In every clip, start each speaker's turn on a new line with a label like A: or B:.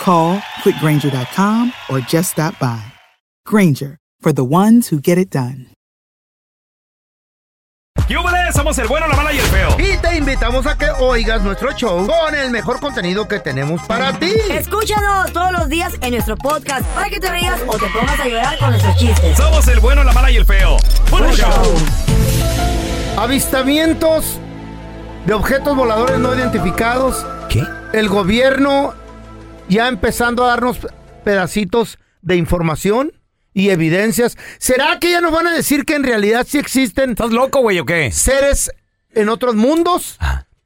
A: Call quickgranger.com or just stop by. Granger, for the ones who get it done.
B: ¡Yúbales! Somos el bueno, la mala y el feo.
C: Y te invitamos a que oigas nuestro show con el mejor contenido que tenemos para ti.
D: Escúchanos todos los días en nuestro podcast para que te rías o te pongas a llorar con nuestros chistes.
B: Somos el bueno, la mala y el feo. ¡Puro show!
C: Avistamientos de objetos voladores no identificados.
E: ¿Qué?
C: El gobierno ya empezando a darnos pedacitos de información y evidencias. ¿Será que ya nos van a decir que en realidad sí existen
E: ¿Estás loco, güey, o qué? Ah.
C: seres en otros mundos?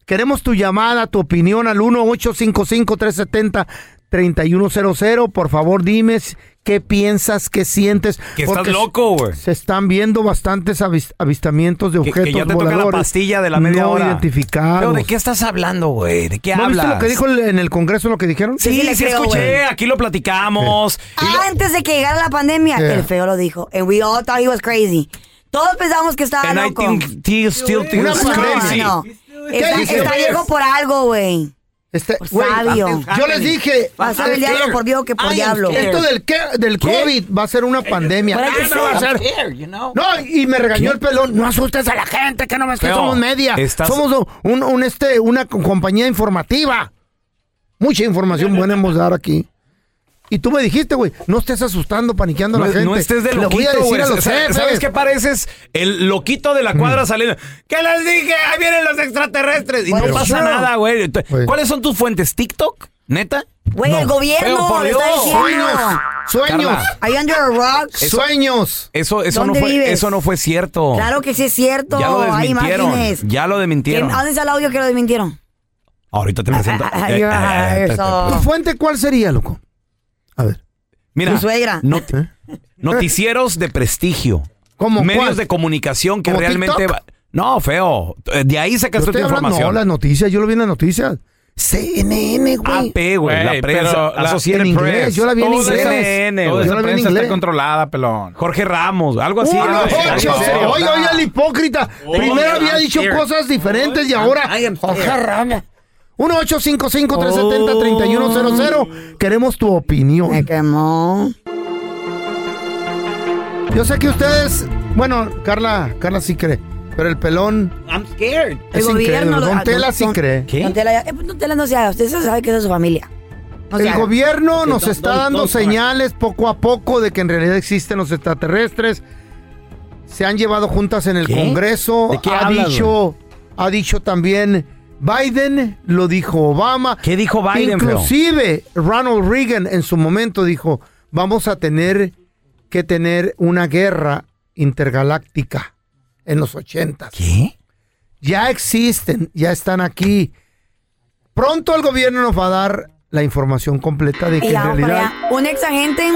C: Queremos tu llamada, tu opinión al 1-855-370-3100. Por favor, dime qué piensas, qué sientes.
E: Que estás
C: porque
E: loco, güey.
C: Se están viendo bastantes avis- avistamientos de
E: Que,
C: objetos
E: que ya te toca la
C: voladores
E: pastilla de la media
C: no
E: hora.
C: identificados.
E: Pero, ¿de qué estás hablando, güey? ¿De qué
C: ¿No
E: hablas?
C: viste lo que dijo el- en el Congreso, lo que dijeron?
D: Sí,
E: Sí,
D: le
E: sí,
D: creo,
E: escuché.
D: güey.
E: Aquí lo platicamos. Y lo-
D: Antes de que llegara la pandemia,
C: Yeah.
D: el feo lo dijo. And we all thought he was crazy. Todos pensamos que estaba
E: And I
D: loco.
E: think he still
C: Una
E: thinks
D: no,
E: crazy.
D: no. Está,
C: dice?
D: está viejo por algo, güey.
C: Este,
D: Pues,
C: güey,
D: sabio.
C: Yo les dije.
D: Va a ser el
C: eh,
D: diablo por Dios que por
E: I am
D: diablo.
E: scared.
C: Esto del, que- del COVID va a ser
E: Eh,
C: una pandemia.
D: Fuera que
C: Ah, no va a
D: sea.
C: ser. No, y me regañó el pelón. No asustes a la gente, que no ves que
E: Feo,
C: somos media.
E: estás-
C: Somos un, un, este, una co- compañía informativa. Mucha información buena hemos dado aquí. Y tú me dijiste, güey, no estés asustando, paniqueando
E: No,
C: a la gente.
E: no estés de
C: Le voy a
E: loquito,
C: decir
E: güey.
C: a los
E: ¿Sabes,
C: jefes. Mm.
E: ¿Sabes qué pareces? El loquito de la cuadra saliendo. ¿Qué les dije? Ahí vienen los extraterrestres. Y no
C: Pero-
E: pasa nada, güey. Te-
C: Güey.
E: ¿Cuáles son tus fuentes? ¿TikTok? ¿Neta?
D: Güey, el
E: Feo,
D: gobierno
E: por
D: le está
E: Dios.
D: diciendo.
C: Sueños, sueños,
E: Carla.
D: Are you under a rock?
C: sueños.
E: Eso, eso, no
D: ¿Dónde vives?
E: fue, eso no fue cierto.
D: Claro que sí es cierto.
E: Ya lo
D: Hay
E: desmintieron.
D: imágenes.
E: Ya lo
D: ¿Quién-
E: desmintieron.
D: ¿A ¿Dónde está el audio que lo desmintieron?
E: Ahorita te presento.
D: Ay,
E: Eh,
D: ay,
E: eh,
D: eso.
C: ¿Tu fuente cuál sería, loco? A ver.
E: Mira,
D: Mi suegra.
E: not- noticieros de prestigio.
C: ¿Eh? ¿Cómo
E: Medios
C: cuál?
E: de comunicación que
C: ¿Como
E: realmente...
C: TikTok?
E: va- No, feo. Eh, De ahí sacas
C: Yo
E: tu
C: estoy hablando-
E: información.
C: No, las noticias, yo lo vi en las noticias. CNN, güey.
E: AP, güey. La
F: Güey,
E: prensa.
F: pero
E: La
F: la-
C: en
E: Associated
C: inglés,
E: Press.
C: yo la vi en
E: Todo
C: inglés.
E: CNN,
C: Todo
E: güey.
F: Toda
C: eso. yo lo
F: esa
C: vi en
F: prensa
C: inglés.
F: está controlada, pelón.
E: Jorge Ramos, algo así.
C: Uno,
E: algo así,
C: ocho,
E: algo así.
C: cero. Oye, oye, el hipócrita. Primero había dicho cosas diferentes y ahora. Ojalá, rama.
E: Oh.
C: 1-855-370-3100. Queremos tu
D: Me
C: opinión.
D: quemó.
C: Yo sé que ustedes. Bueno, Carla, Carla sí cree. Pero el pelón
E: I'm scared.
C: es
D: gobierno
C: increíble.
D: lo- ah,
C: Don Tela sí
D: Don-
C: cree.
E: ¿Qué?
D: Don Tela, ya- eh, Don Tela no se haga. Usted se sabe que esa es su familia. No se
C: El
D: haga.
C: gobierno nos está
F: don't-
C: dando
F: don't cry.
C: señales poco a poco de que en realidad existen los extraterrestres. Se han llevado juntas en el
E: ¿Qué?
C: Congreso.
E: ¿De qué
C: ha
E: hablas,
C: dicho, ha dicho también Biden, lo dijo Obama.
E: ¿Qué dijo Biden, feo?
C: Inclusive Ronald Reagan en su momento dijo, vamos a tener que tener una guerra intergaláctica en los ochentas
E: ¿Qué?
C: ya existen, ya están aquí. Pronto el gobierno nos va a dar la información completa de que
D: Y
C: en
D: vamos para
C: realidad
D: allá. Un ex agente,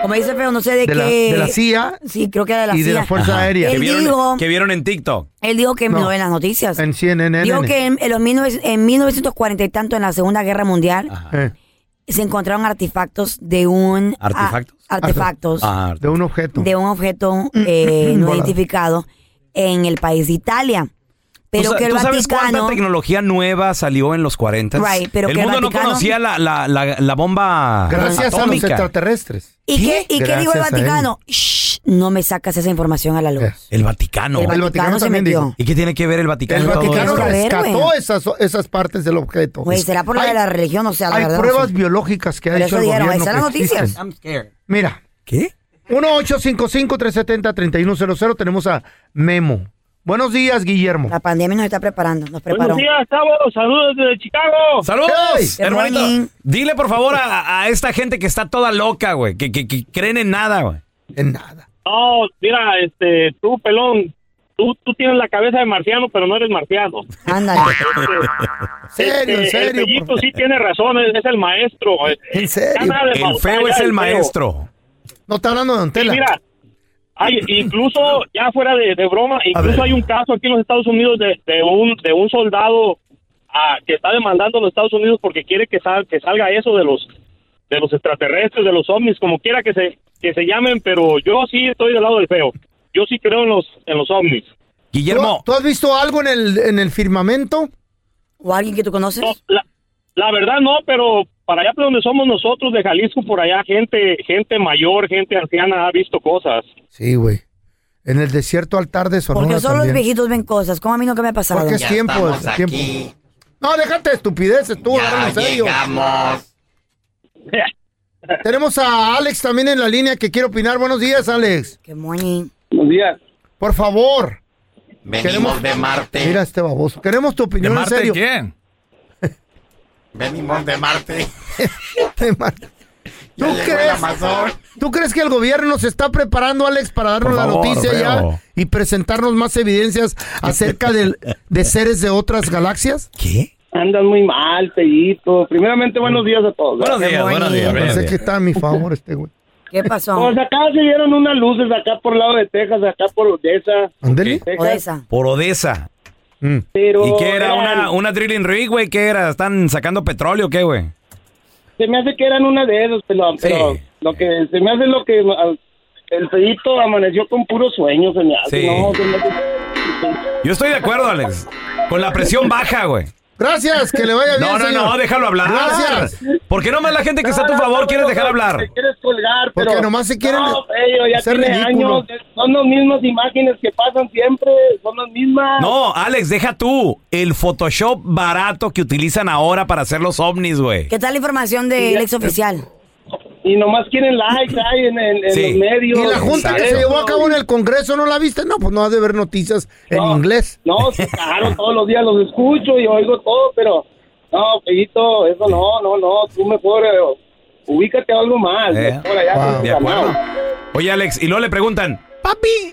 D: como dice Feo, no sé de,
C: de
D: qué.
C: la, de la CIA
D: Sí, creo que era de la
C: y de
D: CIA.
C: la Fuerza
E: Ajá.
C: Aérea
E: Que
D: Él
E: vieron,
D: dijo-
E: que vieron en TikTok.
D: Él dijo que
C: No.
D: no, en las noticias.
C: en CNN.
D: dijo que en, en los 19 en 1940 y tanto, en la Segunda Guerra Mundial,
C: Eh,
D: se encontraron artefactos de un... a-
E: ¿Artefactos?
D: artefactos
E: Ah,
C: de un objeto.
D: de un objeto eh, no
C: Mm, Volado.
D: identificado en el país de Italia. Pero
E: O sea,
D: que el
E: Pues, ¿Tú sabes
D: Vaticano...
E: cuánta tecnología nueva salió en los 40?
D: Right, pero
E: el
D: que el
E: mundo no
D: Vaticano-
E: conocía la, la, la, la bomba
C: Gracias a los
E: Ah, atómica.
C: extraterrestres.
D: ¿Y qué, y qué dijo el
C: Gracias a él.
D: Vaticano? Shh, no me sacas esa información a la luz.
C: Yes.
E: El Vaticano.
D: El
C: Vaticano
D: Vaticano se
C: también
D: metió.
C: dijo.
E: ¿Y qué tiene que ver el Vaticano?
C: El
E: en todo esto?
C: Vaticano
D: esto. A ver,
C: rescató
D: güey.
C: esas, esas partes del objeto.
D: Güey, Pues, será por la
C: Hay-
D: de la religión, o sea, la
C: Hay
D: verdad. no
C: pruebas
D: sé.
C: biológicas que ha
D: Pero
C: hecho
D: eso
C: el
D: dijeron, ahí
C: gobierno.
D: están las
C: que existen.
D: noticias.
C: Mira,
E: ¿Qué?
C: 1-855-370-3100. Tenemos a Memo. Buenos días, Guillermo.
D: La pandemia nos está preparando, nos preparó.
G: Buenos días, Tavo. Saludos desde Chicago.
E: ¡Saludos,
C: Hey.
D: Good
E: hermanito!
D: morning.
E: Dile, por favor, a, a esta gente que está toda loca, güey, que, que, que creen en nada, güey.
C: En nada.
G: No, mira, este, tú, pelón, tú, tú tienes la cabeza de marciano, pero no eres marciano.
D: Ándale.
C: Serio,
G: Este,
C: en
G: El
C: serio.
G: Bellito
C: por-
G: sí tiene razón, es, es el maestro. eh.
C: En serio.
G: Ya sabes,
E: El
G: Bautista,
E: feo
G: ya
E: es el maestro.
C: No está hablando de Don
G: Sí,
C: Tela.
G: mira, hay, incluso, ya fuera de, de broma,
C: ver.
G: incluso hay un caso aquí en los Estados Unidos de, de un, de un soldado ah, que está demandando a los Estados Unidos porque quiere que, sal- que salga eso de los de los extraterrestres, de los ovnis, como quiera que se que se llamen, pero yo sí estoy del lado del feo. Yo sí creo en los en los ovnis.
E: Guillermo,
C: ¿Tú, tú has visto algo en el, en el firmamento?
D: ¿O alguien que tú conoces?
G: No, la, la verdad no, pero para allá por donde somos nosotros de Jalisco, por allá gente gente mayor, gente anciana ha visto cosas.
C: Sí, güey. En el desierto altar de Sonora.
D: Porque solo los
C: también.
D: viejitos ven cosas. ¿Cómo a mí nunca me ha pasado?
C: Porque es tiempo, es tiempo. No, déjate de estupideces, tú, háblalo en serio. Tenemos a Alex también en la línea que quiere opinar. Buenos días, Alex.
D: Qué moñi.
G: Buenos días.
C: Por favor.
F: Venimos
C: Queremos-
F: de Marte.
C: Mira este baboso. Queremos tu
E: ¿de
C: opinión en
E: Marte
C: serio.
E: quién?
F: Venimos de Marte.
C: De Marte.
F: Ya
C: ¿Tú
F: llegó el
C: crees,
F: Amazon.
C: ¿Tú crees que el gobierno se está preparando, Alex, para darnos
E: Por
C: la
E: favor,
C: noticia
E: veo.
C: ya y presentarnos más evidencias acerca del, de seres de otras galaxias?
E: ¿Qué?
G: Andan muy mal, Pellito. Primeramente, buenos días a todos.
E: Buenos días, buenos días. buenos
C: Mm. Pensé
E: días.
C: que está a mi favor este güey.
D: ¿Qué pasó?
G: Pues acá se vieron unas luces acá por el lado de Texas, acá por Odessa,
C: Ándele.
G: Texas,
D: Odessa.
E: Por Odessa.
C: Mm.
G: pero
E: ¿Y qué era?
G: eran-
E: ¿Una, una drilling rig, güey? ¿Qué era? ¿Están sacando petróleo o qué, güey?
G: se me hace que eran una de esas, pero,
E: Sí.
G: pero lo que se me hace lo que al- el feito amaneció con puro sueño, se me hace,
E: Sí.
G: ¿no? Se me hace-
E: Yo estoy de acuerdo, Alex. Con la presión baja, güey.
C: Gracias, que le vaya bien.
E: No, no,
C: señor.
E: no, déjalo hablar.
C: Gracias.
E: ¿Por qué nomás la gente que está a tu
G: No, no,
E: favor
G: no,
E: quieres
G: no,
E: dejar
G: no,
E: hablar?
G: Te quieres colgar,
C: Porque
G: pero...
C: nomás se quieren
G: No, ello, ya
C: hacer
G: tiene
C: ridículo.
G: años, eh, son las mismas imágenes que pasan siempre, son las mismas.
E: No, Alex, deja tú el Photoshop barato que utilizan ahora para hacer los ovnis, güey.
D: ¿Qué tal la información del ex oficial?
G: Y nomás quieren likes ahí en, en- en
E: Sí.
G: los medios.
C: Y la junta que se
G: Eso.
C: llevó a cabo en el Congreso, ¿no la viste? No, pues no ha de ver noticias en
G: No,
C: inglés.
G: No, sí, claro, todos los días los escucho y oigo todo, pero no, Pellito, eso no, no, no, tú mejor eh, ubícate a algo más.
E: Eh,
G: mejor allá
C: wow.
G: con tu
E: De acuerdo.
G: canal.
E: Oye, Alex, y luego le preguntan, papi,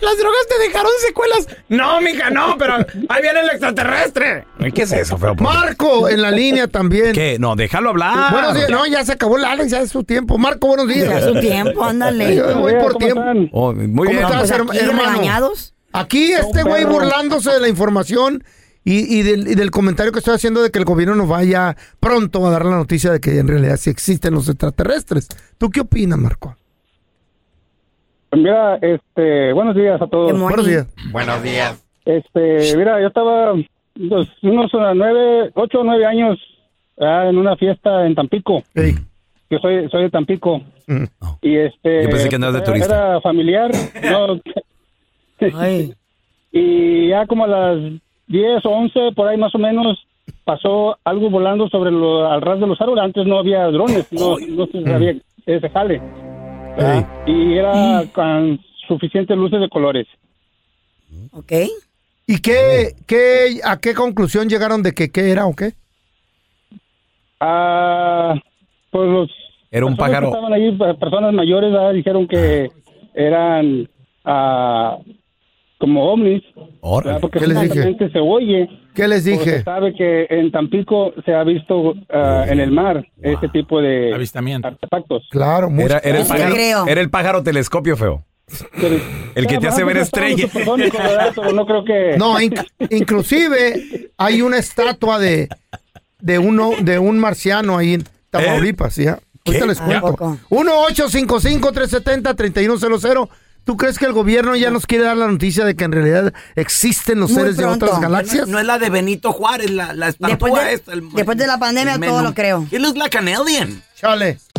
E: ¿las drogas te dejaron secuelas? No, mija, no, pero ahí viene el extraterrestre. ¿Qué es eso, feo?
C: Marco en la línea también.
E: ¿Qué? No, déjalo hablar.
C: Buenos días. No, ya se acabó el Alex, ya es su tiempo. Marco, buenos
D: Ah, Ya es
C: días.
D: su tiempo, ándale.
C: Yo voy
G: Oye,
C: por
G: ¿cómo
C: tiempo.
G: están?
E: Oh, muy
C: ¿Cómo
E: bien.
C: estás?
D: Pues
C: herma-
D: aquí,
C: hermano.
D: regañados.
C: Aquí este güey
G: perro.
C: burlándose de la información y, y del, y del comentario que estoy haciendo de que el gobierno nos vaya pronto a dar la noticia de que en realidad sí existen los extraterrestres. ¿Tú qué opinas, Marco?
G: Mira, este, buenos días a
D: Qué
G: todos.
D: moñi.
C: Buenos días.
F: Buenos días.
G: Este, mira, yo estaba pues, unos uh, nueve, ocho o nueve años ah, en una fiesta en Tampico.
C: Ey.
G: Yo soy, soy de Tampico.
C: Mm.
G: Y este.
E: Yo pensé que andabas de
G: era-
E: turista.
G: Era familiar. no,
D: Ay.
G: y ya como a las 10 o 11, por ahí más o menos, pasó algo volando sobre lo, al ras de los árboles. Antes no había drones, no, no se sabía ese jale. ¿verdad? Y era con suficientes luces de colores.
D: ¿Ok?
C: ¿Y qué, qué, a qué conclusión llegaron de que qué era o qué?
G: Ah, pues los
E: Era
G: personas que
E: un pájaro.
G: Estaban ahí, pa- personas mayores, ¿verdad? dijeron que eran ah, como ovnis,
E: Órale.
G: ¿verdad? porque
C: ¿Qué les dije?
G: constantemente se oye.
C: ¿Qué les
G: o se
C: dije?
G: sabe que en Tampico se ha visto ah, en el mar ese tipo de
E: Avistamiento.
G: artefactos.
C: Claro, mucho.
E: Era, era el
D: Eso te
E: pájaro,
D: creo.
E: era el pájaro telescopio, feo.
G: Pero-
E: El que te hace ver
G: Nosotros estamos
E: estrellas.
G: supersónicos, ¿verdad? Pero no creo que...
C: No, inc- inclusive hay una estatua de, de, uno, de un marciano ahí
E: ¿Eh?
C: en Tamaulipas, ¿ya? Ahorita les
D: Ah,
C: cuento.
D: poco.
C: 1-855-370-3100. ¿Tú crees que el gobierno ya nos quiere dar la noticia de que en realidad existen los seres de otras galaxias?
G: No, no es la de Benito Juárez, la, la estatua
D: Después de-
G: esta, el-
D: después de la pandemia,
G: el
D: todo
G: menú.
D: lo creo.
G: It looks like an alien.
C: Chale.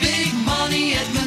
H: big money at Menards.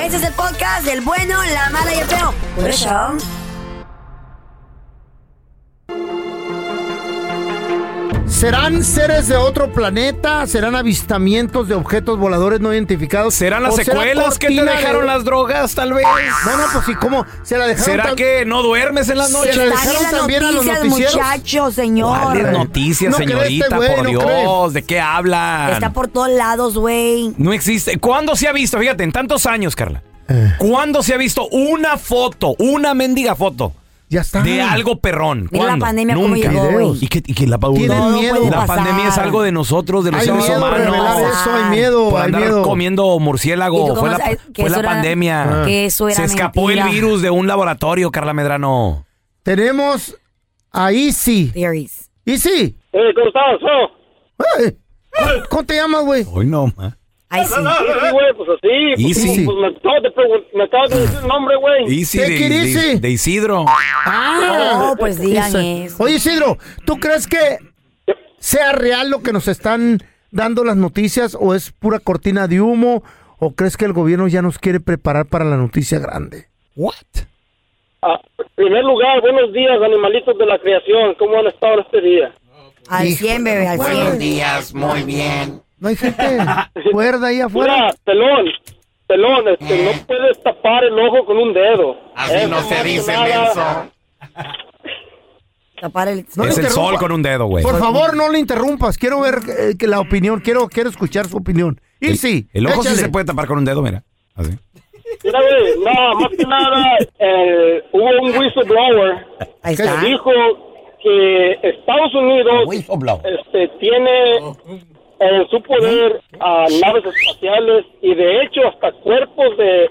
D: Este es el podcast del bueno, la mala y el feo. Por eso.
C: ¿Serán seres de otro planeta? ¿Serán avistamientos de objetos voladores no identificados?
E: ¿Serán las
C: ¿O será
E: secuelas que te
C: cortina de-
E: dejaron las drogas, tal vez?
C: No, no, pues ¿y cómo? ¿Se la dejaron
E: ¿Será
C: tan-
E: que no duermes en las noches?
C: ¿Se la
D: Están en
C: dejaron
D: las
C: también a los
D: noticias,
C: noticieros?
D: muchachos, señor.
E: ¿Cuáles noticias,
C: No cree este
E: señorita?
C: güey,
E: por
C: no
E: Dios, ¿de qué hablan?
D: Está por todos lados, güey.
E: No existe. ¿Cuándo se ha visto? Fíjate, en tantos años, Carla.
D: Eh.
E: ¿Cuándo se ha visto una foto, una mendiga foto?
C: Ya está.
E: De algo perrón.
D: Mira la
E: ¿Cuándo?
D: pandemia cómo
E: Nunca.
D: llegó, güey.
E: y que, y que la,
C: Tienen
E: la
C: miedo.
E: la pandemia es algo de nosotros, de los
C: Hay
E: seres
C: miedo a
E: humanos.
C: revelar eso, hay miedo,
E: Por
C: hay
E: andar
C: miedo.
E: comiendo
D: ¿Y tú
E: murciélago.
D: cómo
E: Fue la,
D: sabes que
E: fue
D: eso
E: la
D: era-
E: pandemia.
D: que eso era
E: Se escapó el
D: mentira?
E: virus de un laboratorio, Carla Medrano.
C: Tenemos a Easy. Easy.
F: ¿Cómo estás,
C: Eh, ¿Cómo te llamas, güey?
E: Hoy no, ma.
D: Ahí
F: sí. güey, pues así. pues,
E: Easy.
F: pues, me acabas de, pregun- me acabas de decir el nombre, güey.
E: Easy de, de- de Isidro.
C: Ah,
D: No, pues digan eso.
C: Oye, Isidro, ¿tú crees que sea real lo que nos están dando las noticias o es pura cortina de humo? ¿O crees que el gobierno ya nos quiere preparar para la noticia grande?
F: Ah, en primer lugar, buenos días, animalitos de la creación. ¿Cómo han estado este día?
D: Al 100, bebé, al 100.
G: días, muy bien.
C: No hay gente cuerda ahí afuera. Eh.
F: Mira, pelón, pelón, este, no puedes tapar el ojo con un dedo. Eso, más que nada.
D: Tapar el.
C: No le
E: es el
C: interrumpa.
E: sol con un dedo, güey.
C: Por favor, no le interrumpas. Quiero ver eh, que la opinión, quiero, quiero escuchar su opinión. Easy.
E: El ojo sí
C: échale.
E: se puede tapar con un dedo, mira. Así.
F: Mira, güey, no, más que nada, eh, hubo un whistleblower
D: Ahí
F: que
D: está.
F: dijo que Estados Unidos este, tiene en su poder a naves espaciales y de hecho hasta cuerpos de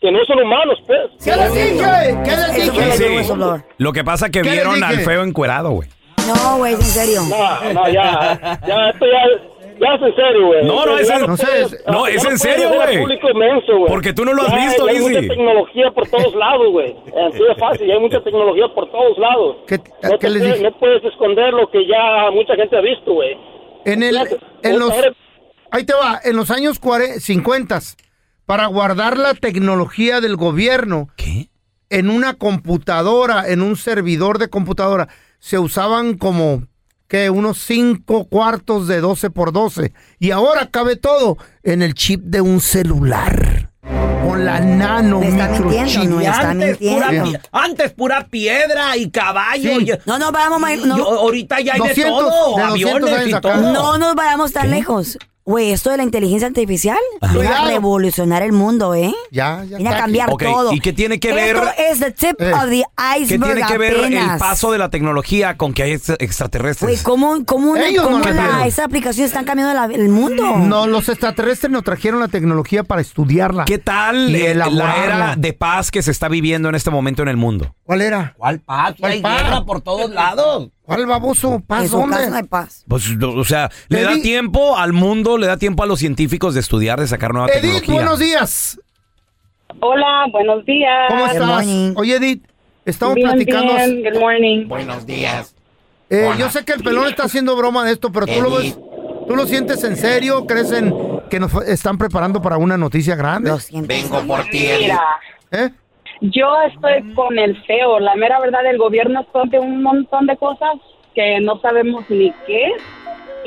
F: que no son humanos, pues.
C: ¿Qué les dije? ¿Qué les
D: Eso fue
C: dije?
D: lo
E: Sí.
D: que hizo Obrador.
E: Lo que pasa que
C: ¿Qué le
E: vieron al
C: dije?
E: feo encuerado, güey.
D: No, güey, es en serio.
F: No, no, ya, ya, esto ya, ya es en serio, güey.
E: No, no, es
F: Ya
E: en-
C: no sé, es-
F: ya
E: no, es
F: ya
E: en
F: puedes
E: serio,
F: ver al
E: güey.
F: público inmenso, güey.
E: Porque tú no lo has
F: Ya,
E: visto,
F: ya Hay mucha
E: Izzy.
F: tecnología por todos lados, güey. Así de fácil, ya hay mucha tecnología por todos lados.
C: ¿Qué- a
F: no,
C: qué
F: te
C: les
F: puedes-
C: dije?
F: no puedes esconder lo que ya mucha gente ha visto, güey.
C: En el, en los, ahí te va, en los años 40, 50, para guardar la tecnología del gobierno
E: ¿Qué?
C: en una computadora, en un servidor de computadora, se usaban como que unos 5 cuartos de 12 por 12. Y ahora cabe todo en el chip de un celular. Con la nano,
D: Me está mintiendo,
C: microchip.
D: no me está mintiendo.
C: pura
G: Antes pura piedra y caballo.
C: Sí.
D: No nos vayamos, ma-
G: Yo-
D: no,
G: ahorita ya hay
C: 200,
G: de todo,
C: de 200
G: aviones
C: años
G: y
C: acá.
G: todo.
D: no nos vayamos tan lejos. Güey, esto de la inteligencia artificial va a revolucionar el mundo, ¿eh?
C: Ya, ya.
D: Viene a cambiar
E: Ok,
D: todo.
E: ¿y qué tiene que ver-
D: Esto es the tip
E: Eh.
D: of the
E: ¿Qué
D: iceberg
E: tiene que ver el
D: apenas.
E: paso de la tecnología con que hay ex-
D: Pues, Güey,
E: extraterrestres?
D: ¿cómo, cómo, una-
C: Ellos no
D: cómo
C: la
D: la-
C: vieron.
D: esas aplicaciones están cambiando la- el mundo?
C: No, los extraterrestres nos trajeron la tecnología para estudiarla.
E: ¿Qué tal
C: Y
E: eh, la
C: elaborarla.
E: era de paz que se está viviendo en este momento en el mundo?
C: ¿Cuál era?
G: ¿Cuál paz? Hay guerra por todos lados.
C: ¿Cuál baboso? ¿Paz
D: En su
C: dónde?
D: caso no hay paz.
E: Pues, no, o sea, le da
C: Edith.
E: tiempo al mundo, le da tiempo a los científicos de estudiar, de sacar nueva
C: Edith,
E: tecnología.
C: buenos días.
I: Hola, buenos días.
C: ¿Cómo estás? Oye, Edith, estamos
I: Bien,
C: platicando.
I: bien, good morning.
G: Buenos días.
C: Eh, yo
G: Buenos
C: sé que el pelón
G: días.
C: está haciendo broma de esto, pero tú lo ves, tú lo sientes en serio, crees en que nos están preparando para una noticia grande.
G: Vengo por ti, Eli.
I: Mira,
C: ¿Eh?
I: yo estoy con el feo. La mera verdad, el gobierno esconde un montón de cosas que no sabemos ni qué.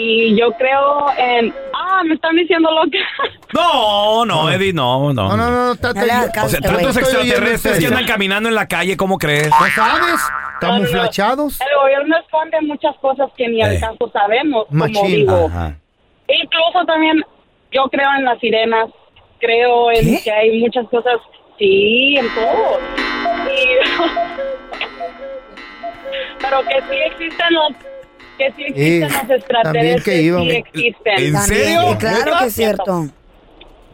I: Y yo creo en... Ah, me están diciendo loca.
E: No, no, Edith, no, no.
C: No, no, no,
I: No
C: no,
I: le hagas
E: O sea,
I: caso,
E: tantos
I: güey.
E: extraterrestres que andan caminando en la calle, ¿cómo crees?
C: ¿No sabes? Camuflachados.
I: El gobierno esconde muchas cosas que ni al
E: Eh.
I: caso sabemos, como
C: Machín.
I: digo. Incluso también yo creo en las sirenas, creo en que hay muchas cosas, sí, en todo. Y- pero que sí existen los que sí
C: Eh,
I: existen los
C: también
I: extraterrestres,
C: que íbamos.
I: sí existen.
D: ¿En También, serio? claro que es cierto.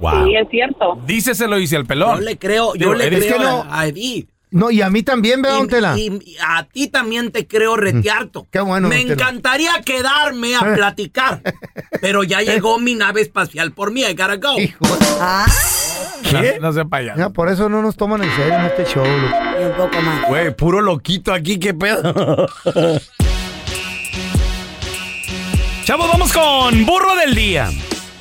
I: Sí, es cierto.
E: Díceselo, dice el pelón.
G: Yo le creo, yo
E: Digo,
G: le
E: Edith,
G: creo
E: que no.
G: a- a Edith.
C: No, y a mí también, ¿verdad, don
G: Y-
C: Tela?
G: y- y a ti también te creo retearto.
C: Mm. Qué bueno,
G: Me
C: don Tela.
G: encantaría quedarme a platicar, pero ya llegó mi nave espacial por mí. I gotta go.
E: ¿Qué? No, se para
C: Ya, por eso no nos toman en serio en este show. loco.
D: un poco más.
E: Güey, puro loquito aquí, qué pedo. Chavos, vamos con burro del día.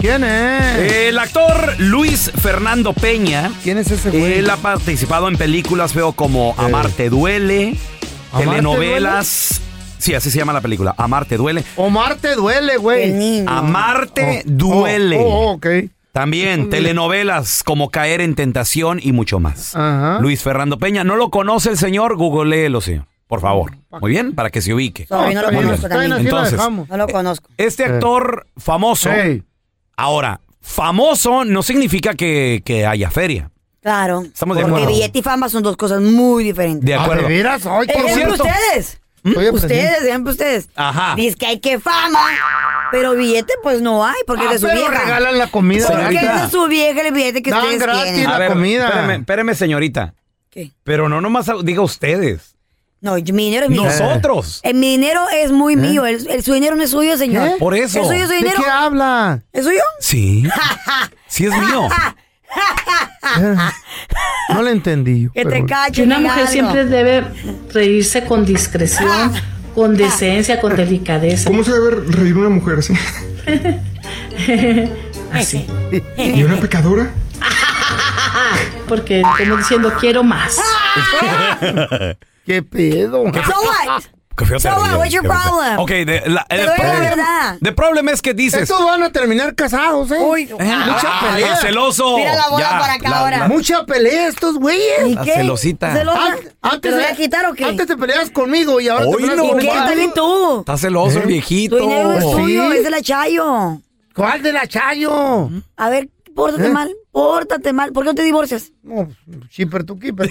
C: ¿Quién es?
E: El actor Luis Fernando Peña.
C: ¿Quién es ese Eh.
E: güey? Él ha participado en películas, veo como Amarte Duele,
C: ¿Amarte
E: telenovelas. Sí, así se llama la película. Amarte Duele.
C: Omar te duele, güey.
E: Amarte
C: Oh,
E: duele.
C: Oh, oh, ok.
E: También telenovelas como Caer en Tentación y mucho más.
C: Oh, Ajá.
E: Luis Fernando Peña. ¿No lo conoce el señor? Googleélo, señor. Por favor. Muy bien, para que se ubique.
D: Sorry, no lo conozco también.
E: Entonces,
D: no lo conozco.
C: Eh.
E: este actor famoso. Ahora, famoso no significa que, que haya feria.
D: Claro.
E: Estamos de
D: porque
E: acuerdo.
D: billete y fama son dos cosas muy diferentes.
E: De acuerdo. Ah, ¿de veras? Ay, qué
D: Ejemplo
E: cierto.
D: ustedes.
C: ¿Mm?
E: Estoy
C: pues
E: aprendiendo.
D: Ustedes, ejemplo ustedes.
E: Ajá.
D: Dice que hay que fama, pero billete pues no hay porque
C: Ah,
D: es de su
C: pero
D: vieja.
C: regalan la comida
D: Porque
E: ahorita.
D: es de su vieja el billete que
C: Dan
D: ustedes
C: gratis
D: tienen.
E: A ver, Espéreme, espéreme, señorita.
D: Eh. ¿Qué? Pues
E: Pero no nomás diga ustedes.
D: No, yo- mi dinero es mío.
E: Nosotros.
D: Eh, mi dinero es muy mío. El, el- su dinero no es suyo, señor.
E: ¿Qué? Por eso.
D: ¿Es suyo su
E: ¿De
D: dinero?
E: qué
C: ¿Eh? habla?
D: ¿Es suyo?
E: Sí. sí es mío.
C: No le entendí.
D: Que
C: pero-
D: te cacho.
J: Una mujer siempre debe reírse con discreción,
D: Ah.
J: con decencia, con delicadeza.
K: ¿Cómo se debe reír una mujer así?
J: Así.
K: ¿Y una pecadora?
J: Ah, Porque como diciendo, quiero más.
D: Ah.
C: ¿Qué pedo?
D: So what?
E: Qué feo te
D: So what?
E: ríes,
D: What's your
E: qué feo te-
D: problem?
E: Ok, de- la-
D: Te
E: el
D: doy la
E: problema-
D: verdad.
E: The problem es que dices.
C: Estos van a terminar casados, ¿eh? mucha
E: ah,
C: pelea.
E: el celoso. Mira la bola Ya, para acá la- ahora. la-
C: Mucha pelea estos güeyes.
E: La qué? celosita. ¿Celosa?
C: An- Antes
D: ¿Te lo voy
C: de-
D: a quitar o qué?
C: Antes te peleas conmigo y ahora
E: Hoy
C: te peleas
E: no
C: conmigo.
E: ¿Y qué? más. También
D: tú.
E: Está celoso el viejito.
D: ¿Eh? Tu dinero es
E: Sí.
D: suyo, es de la Chayo.
C: ¿Cuál de la Chayo? ¿Eh?
D: A ver, pórtate mal, pórtate mal. ¿Por qué no te divorcias?
C: No, shipper tu keeper.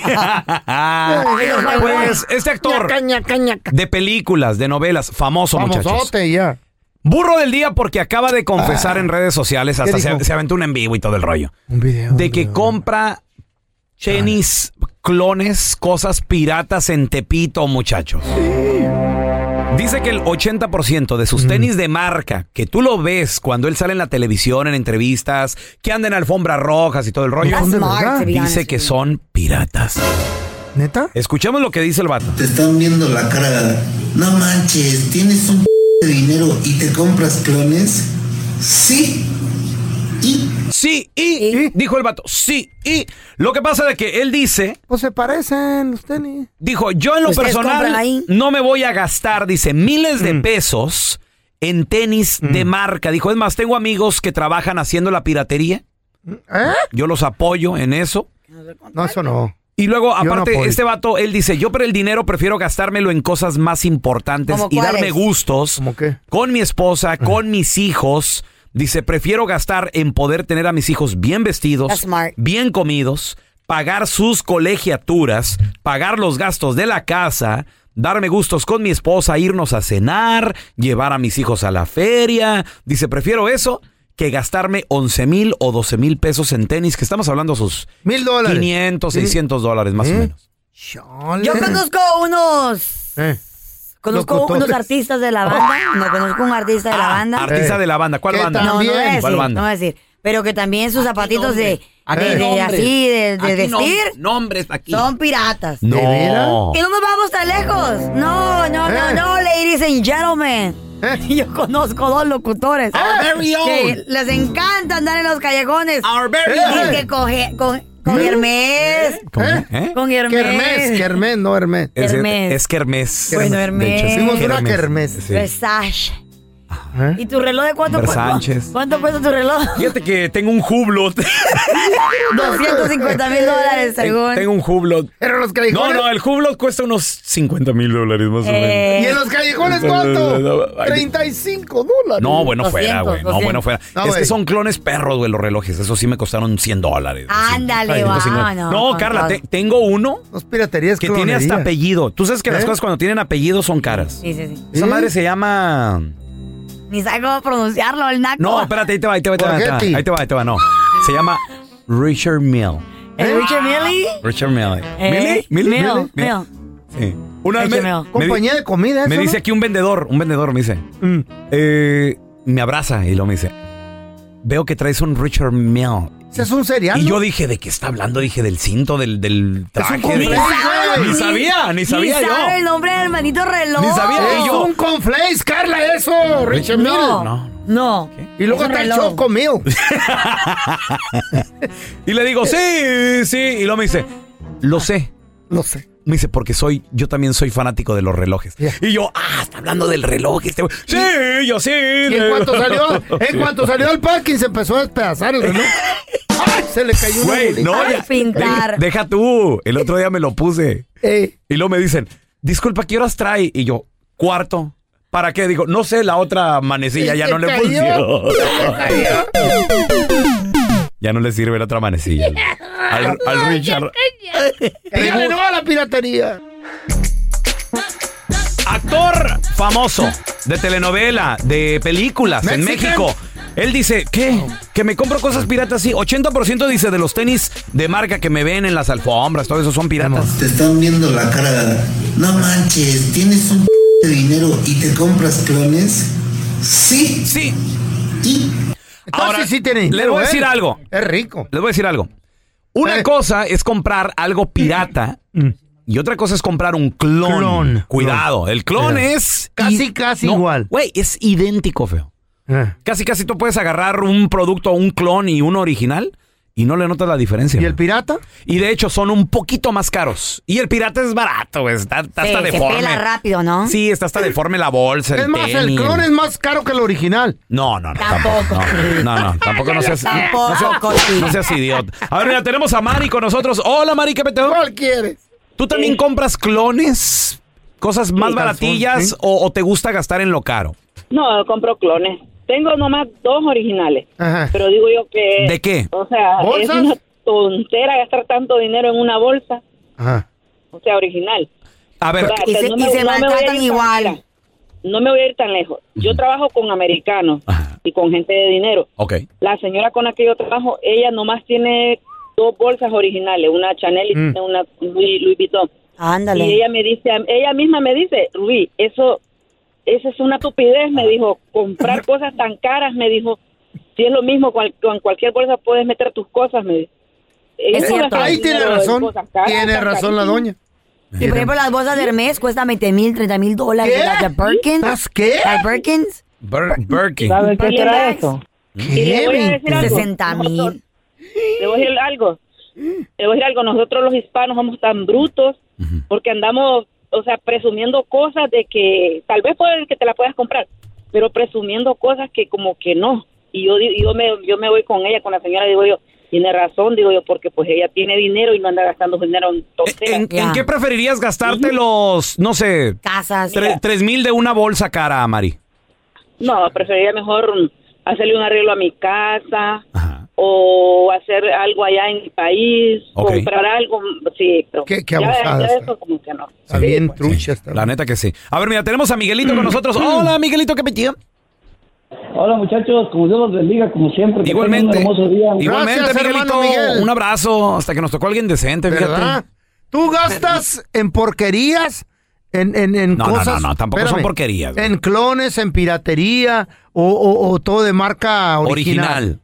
E: pues este actor
C: Ñaca, ñaca, ñaca.
E: de películas, de novelas, famoso, muchachos.
C: Famosote ya.
E: Burro del día porque acaba de confesar en redes sociales, hasta
C: Ah. ¿Qué
E: se,
C: dijo?
E: se aventó un en vivo y todo el rollo. de que compra tenis, clones, cosas piratas en Tepito, muchachos. Dice que el 80% de
C: Mm.
E: sus tenis de marca, que tú lo ves cuando él sale en la televisión, en entrevistas, que anda en alfombras rojas y todo el rollo,
D: That's smart, to be
E: dice
D: honest
E: que son piratas.
C: ¿Neta?
E: Escuchemos lo que dice el vato.
L: Te están viendo la cara. No manches, tienes un de dinero y te compras clones. Sí.
E: Sí, y, dijo el vato, sí, y lo que pasa es que él dice,
C: Pues se parecen los tenis.
E: dijo, yo en lo
C: Ustedes
E: personal
C: compran ahí.
E: no me voy a gastar, dice, miles
C: Mm.
E: de pesos en tenis de marca. Dijo, es más, tengo amigos que trabajan haciendo la piratería.
C: ¿Eh?
E: Yo los apoyo en eso.
C: No, eso no.
E: Y luego,
C: Yo no
E: aparte,
C: apoyo.
E: este vato, él dice, yo por el dinero prefiero gastármelo en cosas más importantes
C: ¿Cómo
E: y darme
C: cuáles?
E: gustos con mi esposa, con mis hijos. Dice, prefiero gastar en poder tener a mis hijos bien vestidos, bien comidos, pagar sus colegiaturas, pagar los gastos de la casa, darme gustos con mi esposa, irnos a cenar, llevar a mis hijos a la feria. Dice, prefiero eso que gastarme 11 mil o 12 mil pesos en tenis, que estamos hablando sus
C: mil dólares. Mm.
E: 500, 600 dólares más o menos.
D: Yo conozco unos.
C: ¿Eh?
D: Conozco
E: Locutotes.
D: unos artistas de la banda. No conozco un artista de la banda.
E: Ah,
C: Eh.
E: Artista de la banda, ¿cuál
D: No,
E: banda?
D: no voy a decir,
E: ¿Cuál
D: no
E: banda?
D: voy a decir. Pero que también sus zapatitos de,
E: Aquí
D: de- de-
E: nombre.
D: así, de, de
G: Aquí nom-
D: vestir,
G: Nombres aquí.
D: son piratas.
E: No. ¿De veras?
D: Que no nos vamos tan lejos. No, no, no,
G: Eh.
D: no, ladies and gentlemen.
C: ¿Eh?
D: Yo conozco dos locutores
C: Ah,
G: Our very
D: Ah, que
G: own.
D: les encanta andar en los callejones. Our
G: very
D: y
G: own. ¿Eh?
D: que coge, con, con Hermes.
E: ¿Eh?
D: Con Hermes.
C: Kermés, Kermés, no Hermes.
E: Es,
D: Kermés.
E: es Kermés.
D: Bueno, Pues, Hermes.
E: De hecho, sí.
D: Fuimos una
C: Kermés. ¿Eh?
E: Sí.
D: Versace. ¿Y tu reloj de cuánto
E: Versánchez.
D: ¿Cuánto cuesta tu reloj?
E: Fíjate que tengo un Hublot.
D: 250 mil dólares, según.
E: Tengo un Hublot.
C: Pero los
E: No,
C: callejones-
E: no, el Hublot cuesta unos 50 mil dólares más o menos.
D: Eh.
C: ¿Y en los callejones cuánto? 35 dólares.
E: No, bueno fuera, güey. No, bueno fuera.
C: No,
E: es
C: güey.
E: que son clones perros, güey, los relojes. Eso sí me costaron 100 dólares.
D: Ándale,
E: 150.
D: va.
E: no,
D: No,
E: Carla, te-
D: te...
E: tengo uno
C: piraterías
E: que tiene hasta
C: clonería.
E: apellido. Tú sabes que las
C: ¿Eh?
E: cosas cuando tienen apellido son caras.
D: Sí, sí, sí.
E: Esa madre se llama...
D: Ni sabe cómo pronunciarlo, el naco.
E: No, espérate, ahí te va, ahí te va, ahí te va. Ahí te va, ahí te va, ahí te va, no. Se llama Richard Mill.
D: ¿El Richard Millie?
E: Richard Mill.
D: Eh,
E: ¿Mill?
D: Mill,
E: ¿Mill?
D: Mill.
E: Sí. Una vez me, me di-
C: Compañía de comida,
E: me
C: eso,
E: dice
C: ¿no? Mm.
E: aquí un vendedor, un vendedor me dice, eh, me abraza y luego me dice, veo que traes un Richard Mill.
C: Ese es un cereal.
E: Y
C: ¿no?
E: yo dije, ¿de qué está hablando? Dije, del cinto, del, del traje.
C: conflicto,
E: del-
C: güey.
E: Ni sabía, ni sabía
D: Ni sabe el
E: yo.
D: nombre del hermanito reloj.
E: Ni sabía
C: Es
E: yo.
C: un conflace, Carla, eso, Richard
D: No.
C: Miller.
E: No.
D: No.
C: Y luego
D: Es un
C: está el
D: reloj.
C: Choco Mill.
E: Y le digo, sí, sí. Y luego me dice, lo sé.
C: Lo sé.
E: Me dice, porque soy, yo también soy fanático de los relojes. Y yo, ah, está hablando del reloj este güey. Sí, yo sí.
C: Y en cuanto salió, en cuanto salió el parking se empezó a despedazar el reloj. ¡Ay! Se le cayó una
E: Güey,
C: bolita.
E: no. ya- Ey, Deja tú. El otro día me lo puse.
C: Ey.
E: Y luego me dicen, disculpa, ¿qué horas trae? Y yo, cuarto. ¿Para qué? Digo, no sé, la otra manecilla
C: Y
E: ya
C: se
E: no le
C: cayó.
E: funcionó. ya no le sirve la otra manecilla. Al, al Richard.
C: Dígale no a la piratería.
E: Actor famoso de telenovela, de películas en
C: Mexican.
E: México. Él dice, ¿qué? Que me compro cosas piratas, sí. 80% dice de los tenis de marca que me ven en las alfombras, todo eso son piratas.
L: Te están viendo la cara. No manches, tienes un de dinero y te compras clones. Sí.
E: Sí.
L: Y
C: Ahora sí tiene
E: Les
C: dinero,
E: voy a
C: ¿eh?
E: decir algo.
C: Es rico.
E: Les voy a decir algo. Una cosa es comprar algo pirata y otra cosa es comprar un clon.
C: Mm. Clon.
E: Cuidado,
C: Clon.
E: el clon
C: Mira.
E: es...
C: Casi,
E: i-
C: casi
E: no,
C: igual.
E: Güey, es idéntico, feo.
C: Eh.
E: Casi, casi tú puedes agarrar un producto, un clon y uno original y no le notas la diferencia.
C: ¿Y el pirata?
E: Y de hecho son un poquito más caros. Y el pirata es barato, güey. Está, está hasta
D: Sí, se
E: deforme.
D: pela rápido, ¿no?
E: Sí, está hasta deforme la bolsa, el
C: Es más, el
E: tenis.
C: clon es más caro que el original.
E: No, no, no.
D: Tampoco.
E: No, no, no, tampoco no seas,
D: Tampoco,
E: no seas,
D: sí.
E: no seas idiota. A ver, mira, tenemos a Mari con nosotros. Hola, Mari, ¿qué peteo?
C: ¿Cuál quieres?
E: ¿Tú también compras clones? ¿Cosas más
C: Sí,
E: baratillas
C: calzón,
E: o, o te gusta gastar en lo caro?
M: No, compro clones. Tengo nomás dos originales.
C: Ajá.
M: Pero digo yo que.
E: ¿De qué?
M: O sea,
C: ¿Bolsas?
M: es una tontera gastar tanto dinero en una bolsa.
C: Ajá.
M: O sea, original.
E: A ver,
M: O sea,
D: Y se- y se
M: voy a ir
D: maltratan
M: tan-
D: igual.
M: mira, No me voy a ir tan lejos. Yo trabajo con americanos y con gente de dinero.
E: ok.
M: La señora con la que yo trabajo, ella nomás tiene dos bolsas originales, una Chanel y
E: Mm.
M: tiene una Louis, Louis Vuitton.
D: Ándale.
M: Y ella me dice, a- ella misma me dice, Rubí, eso, esa es una estupidez, me dijo, comprar cosas tan caras, me dijo, si es lo mismo, cual- con cualquier bolsa puedes meter tus cosas, me dijo. Ella
D: Es
M: no
D: cierto.
M: gasta
C: Ahí tiene
M: dinero en
C: razón.
M: cosas caras,
C: Tiene
M: tan
C: razón la
M: carísimas.
C: doña.
D: Y por ejemplo, las bolsas de Hermes cuestan 20 mil, 30 mil dólares.
C: ¿Qué?
D: Las de Perkins.
C: ¿Las qué?
D: Las Perkins.
E: Bir- Birkin.
M: Pues, ¿Sabe qué será eso? Y le voy a
C: ¿Qué?
M: decir algo.
D: 60
M: Nosotros-
D: mil.
M: Le voy a decir algo. Le voy a decir algo. Nosotros los hispanos somos tan brutos porque andamos, o sea, presumiendo cosas de que tal vez puede que te la puedas comprar, pero presumiendo cosas que como que no. Y yo di- yo me, yo me voy con ella, con la señora, digo yo, tiene razón, digo yo, porque pues ella tiene dinero y no anda gastando dinero en tonteras.
E: ¿En, en
D: Ya.
E: qué preferirías gastarte los, no sé,
D: Casas.
E: este- tre- tres mil de una bolsa cara, Mari?
M: No, preferiría mejor hacerle un arreglo a mi casa o hacer algo allá en mi país,
E: Ok.
M: comprar algo, sí, pero
E: Qué- qué
M: ya-
E: abusada
M: ya
E: está.
M: eso como que no.
E: Está bien Mm. trucha. La neta que sí. A ver, mira, tenemos a Miguelito con nosotros. Hola, Miguelito, ¿qué pedido?
N: Mm. Hola muchachos, como Dios los bendiga, como siempre. que
E: Igualmente.
N: tengan un hermoso día.
E: Igualmente, Miguelito. Un abrazo. Hasta que nos tocó alguien decente, fíjate.
C: ¿Verdad? Tú gastas en porquerías, en, en, en
E: No, no,
C: cosas.
E: no, no, tampoco son porquerías, güey.
C: En clones, en piratería o, o- o todo de marca original.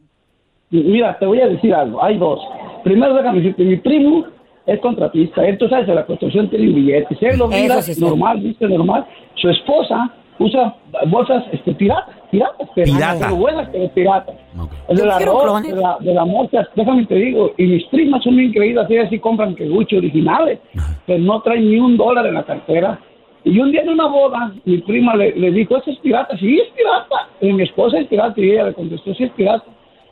N: Mira, eh, te voy a decir algo, hay dos. Primero déjame decirte, mi primo es contratista, él tú sabes de la construcción tiene un billete, si él lo
O: Eso
N: mira
O: sí es
N: normal, viste normal, su esposa usa bolsas este, piratas, piratas, pero
O: Pirata.
N: pero buenas pero piratas.
O: Yo
N: De la
O: quiero
N: ropa,
O: clones.
N: de la, de la mosca, déjame te digo, y mis primas son bien creídas, ellas sí compran que Gucci originales, pero no traen ni un dólar en la cartera. Y un día en una boda, mi prima le, le dijo, ¿eso es pirata? Sí, es pirata. Y mi esposa es pirata, y ella le contestó, sí, es pirata.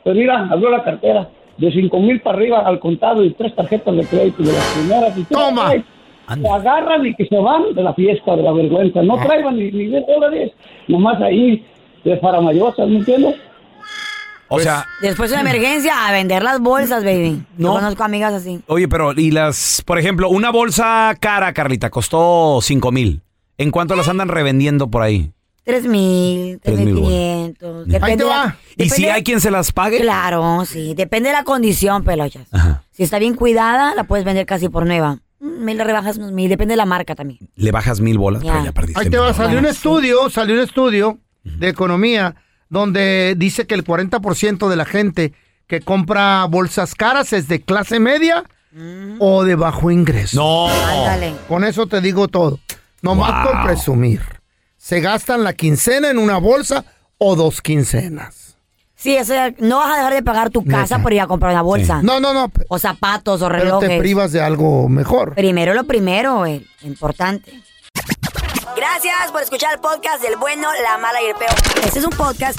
N: Pero mira, abrió la cartera, de cinco mil para arriba al contado y tres tarjetas de crédito de las primeras. Y ¡Toma! Se agarran y que se van de la fiesta, de la vergüenza. No traigan ni, ni 10 dólares, nomás ahí, de faramayosas, ¿me entiendes? Pues,
E: O sea,
D: Después de una emergencia, a vender las bolsas, baby. No. conozco amigas así.
E: oye, pero, y las, por ejemplo, una bolsa cara, Carlita, costó cinco mil. ¿En cuánto
M: ¿Eh?
E: las andan revendiendo por ahí?
D: Tres mil, tres
E: Tres mil
D: mil
E: bolas.
D: quinientos.
E: Ahí te va. ¿Y si hay quien se las pague?
D: Claro, sí. Depende de la condición, pelochas. Si está bien cuidada, la puedes vender casi por nueva. Mm, Mil le rebajas unos mil. Depende de la marca también.
E: Le bajas mil bolas, pero ya perdiste.
C: Ahí te va,
E: mil
C: salió un
E: bolas.
C: estudio, salió un estudio de economía donde dice que el 40% de la gente que compra bolsas caras es de clase media o de bajo ingreso.
E: No.
D: Mm. Ándale.
C: Con eso te digo todo. Nomás por presumir. Se gastan la quincena en una bolsa o dos quincenas.
D: Sí, eso ya- no vas a dejar de pagar tu casa por ir a comprar una bolsa.
C: No, no, no.
D: O zapatos o
C: Pero
D: relojes.
C: te privas de algo mejor.
D: Primero lo primero, güey. Importante. Gracias por escuchar el podcast del bueno, la mala y el peor. Este es un podcast